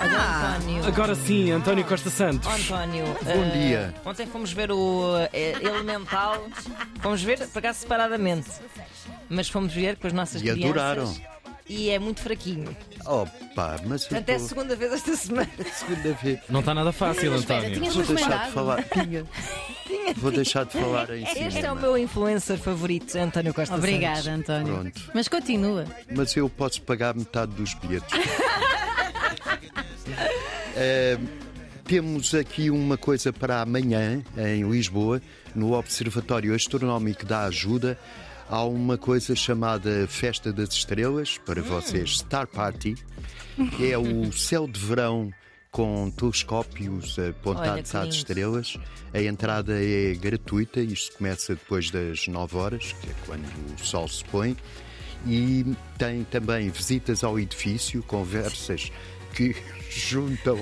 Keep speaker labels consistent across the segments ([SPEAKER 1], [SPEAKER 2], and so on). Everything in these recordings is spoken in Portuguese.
[SPEAKER 1] António.
[SPEAKER 2] Agora sim, António Costa Santos.
[SPEAKER 1] António,
[SPEAKER 3] Ah! Bom
[SPEAKER 1] eh,
[SPEAKER 3] dia.
[SPEAKER 1] Ontem fomos ver o eh, Elemental. Fomos ver, por acaso, separadamente. Mas fomos ver com as nossas
[SPEAKER 3] E
[SPEAKER 1] crianças.
[SPEAKER 3] adoraram. Tipo,
[SPEAKER 1] E é muito fraquinho.
[SPEAKER 3] Opa, mas eu
[SPEAKER 1] Portanto, é a
[SPEAKER 3] tô-
[SPEAKER 1] segunda vez esta semana.
[SPEAKER 3] segunda vez.
[SPEAKER 2] Não está nada fácil,
[SPEAKER 4] Espera,
[SPEAKER 2] António.
[SPEAKER 4] tinhas
[SPEAKER 3] Vou deixar
[SPEAKER 4] recomendado.
[SPEAKER 3] de falar. Tinha. Vou deixar de falar em cima.
[SPEAKER 1] Este é o meu influencer favorito, António Costa Santos.
[SPEAKER 4] Obrigada, António.
[SPEAKER 3] Pronto.
[SPEAKER 4] Mas continua.
[SPEAKER 3] Mas eu posso pagar metade dos bilhetes. Eh, temos aqui uma coisa para amanhã, em Lisboa, no Observatório Astronómico da Ajuda. Há uma coisa chamada Festa das Estrelas, para vocês, Star Party. É o céu de verão com telescópios apontados
[SPEAKER 1] Olha que
[SPEAKER 3] às
[SPEAKER 1] lindo.
[SPEAKER 3] estrelas. A entrada é gratuita, isto começa depois das 9 horas, que é quando o sol se põe. E tem também visitas ao edifício, conversas que juntam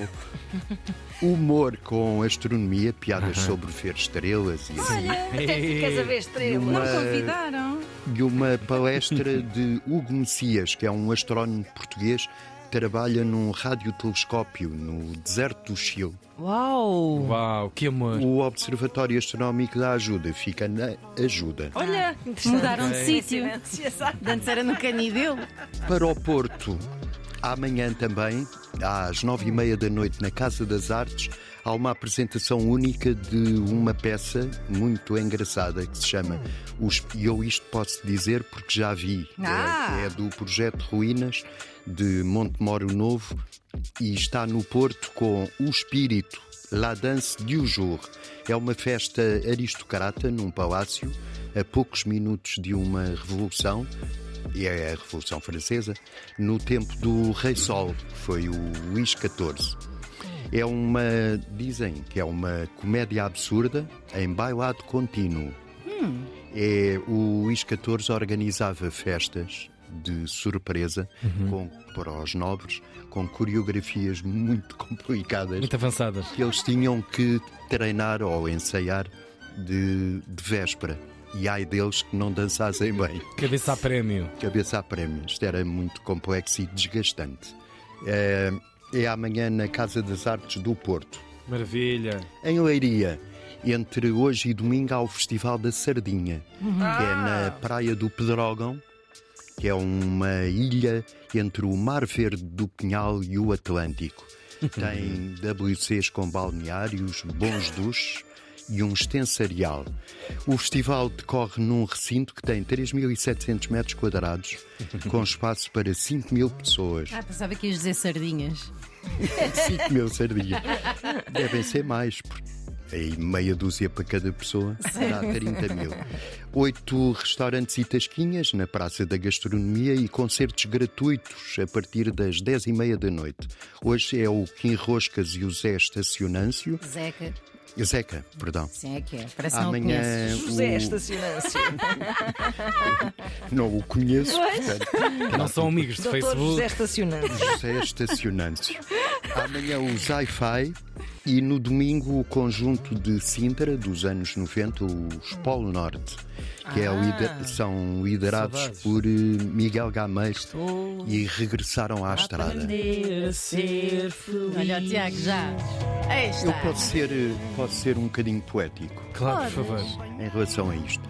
[SPEAKER 3] humor com astronomia, piadas sobre ver estrelas e assim.
[SPEAKER 1] Até ficas a ver estrela.
[SPEAKER 3] Uma-
[SPEAKER 4] Convidaram.
[SPEAKER 3] E uma palestra de Hugo Messias, que é um astrónomo português que trabalha num radiotelescópio no deserto do Chile.
[SPEAKER 1] Uau!
[SPEAKER 2] Uau, que amor.
[SPEAKER 3] O Observatório Astronómico da Ajuda fica na Ajuda.
[SPEAKER 1] Olha, que interessante.
[SPEAKER 4] Ah, Mudaram de
[SPEAKER 3] É.
[SPEAKER 4] sítio.
[SPEAKER 1] Coincidência, exato.
[SPEAKER 4] De Antes era no Canideu.
[SPEAKER 3] Para o Porto, amanhã também, às nove e meia da noite, na Casa das Artes, há uma apresentação única de uma peça muito engraçada que se chama Os... E eu isto posso dizer porque já vi. É-
[SPEAKER 4] Ah!
[SPEAKER 3] É, do Projeto Ruínas, de Montemoro Novo, e está no Porto com O Espírito, La Danse du Jour. É uma festa aristocrata num palácio, a poucos minutos de uma revolução, e é a Revolução Francesa, no tempo do Rei Sol, que foi o Luís XIV. É uma, dizem que é uma comédia absurda em bailado contínuo. É, o Luís XIV organizava festas de surpresa com, para os nobres, com coreografias muito complicadas
[SPEAKER 2] Muito avançadas.
[SPEAKER 3] que eles tinham que treinar ou ensaiar de, de véspera. E ai deles que não dançassem bem.
[SPEAKER 2] Cabeça a prémio.
[SPEAKER 3] Cabeça a prémio. Isto era muito complexo e desgastante. É, é amanhã na Casa das Artes do Porto.
[SPEAKER 2] Maravilha.
[SPEAKER 3] Em Leiria, entre hoje e domingo, há o Festival da Sardinha, que é na Praia do Pedrógão, que é uma ilha entre o Mar Verde do Pinhal e o Atlântico. Tem WCs com balneários, bons duches e um extensarial. O festival decorre num recinto que tem 3.700 metros quadrados, com espaço para 5 mil pessoas.
[SPEAKER 4] Ah, pensava que ias dizer sardinhas.
[SPEAKER 3] 5 mil sardinhas. Devem ser mais, porque é aí meia dúzia para cada pessoa dá 30 mil. Oito restaurantes e tasquinhas na Praça da Gastronomia e concertos gratuitos a partir das 10 e meia da noite. Hoje é o Kim Roscas e o Zé Estacionâncio.
[SPEAKER 4] Zeca.
[SPEAKER 3] Zeca, perdão.
[SPEAKER 4] Sim, é que é. Parece que não o
[SPEAKER 3] Amanhã.
[SPEAKER 4] conheces.
[SPEAKER 1] José, estacionância.
[SPEAKER 3] o... Não o conheço. portanto.
[SPEAKER 2] Não são amigos de
[SPEAKER 1] Doutor José,
[SPEAKER 2] Facebook.
[SPEAKER 1] estacionância.
[SPEAKER 3] José é Estacionante. Amanhã o Sci-Fi e no domingo o conjunto de Sintra dos anos 90, os Polo Norte, que é lider- são liderados
[SPEAKER 2] Saudades.
[SPEAKER 3] por eh, Miguel Gameiro e regressaram à estrada.
[SPEAKER 2] Aprender a ser feliz.
[SPEAKER 4] Olha, o Tiago já. Aí
[SPEAKER 3] Eu
[SPEAKER 4] está.
[SPEAKER 3] posso ser, eh, posso ser um bocadinho poético.
[SPEAKER 2] Claro, por favor.
[SPEAKER 3] em relação a isto.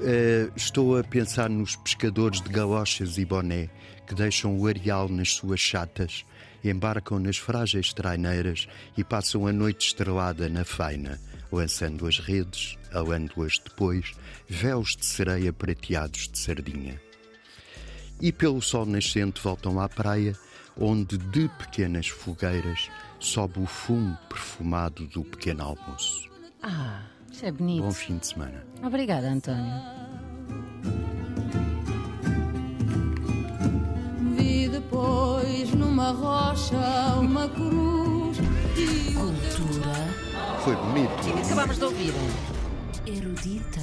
[SPEAKER 3] Eh, estou a pensar nos pescadores de galochas e boné que deixam o areal nas suas chatas, embarcam nas frágeis traineiras e passam a noite estrelada na faina, lançando as redes, alando-as depois, véus de sereia prateados de sardinha. E pelo sol nascente voltam à praia, onde de pequenas fogueiras sobe o fumo perfumado do pequeno almoço.
[SPEAKER 4] Ah, isso é
[SPEAKER 3] Bom
[SPEAKER 4] bonito.
[SPEAKER 3] fim de semana.
[SPEAKER 4] Obrigada, António.
[SPEAKER 5] Vi depois numa rocha uma cruz e o
[SPEAKER 3] Foi bonito.
[SPEAKER 1] Acabámos de ouvir.
[SPEAKER 6] erudita.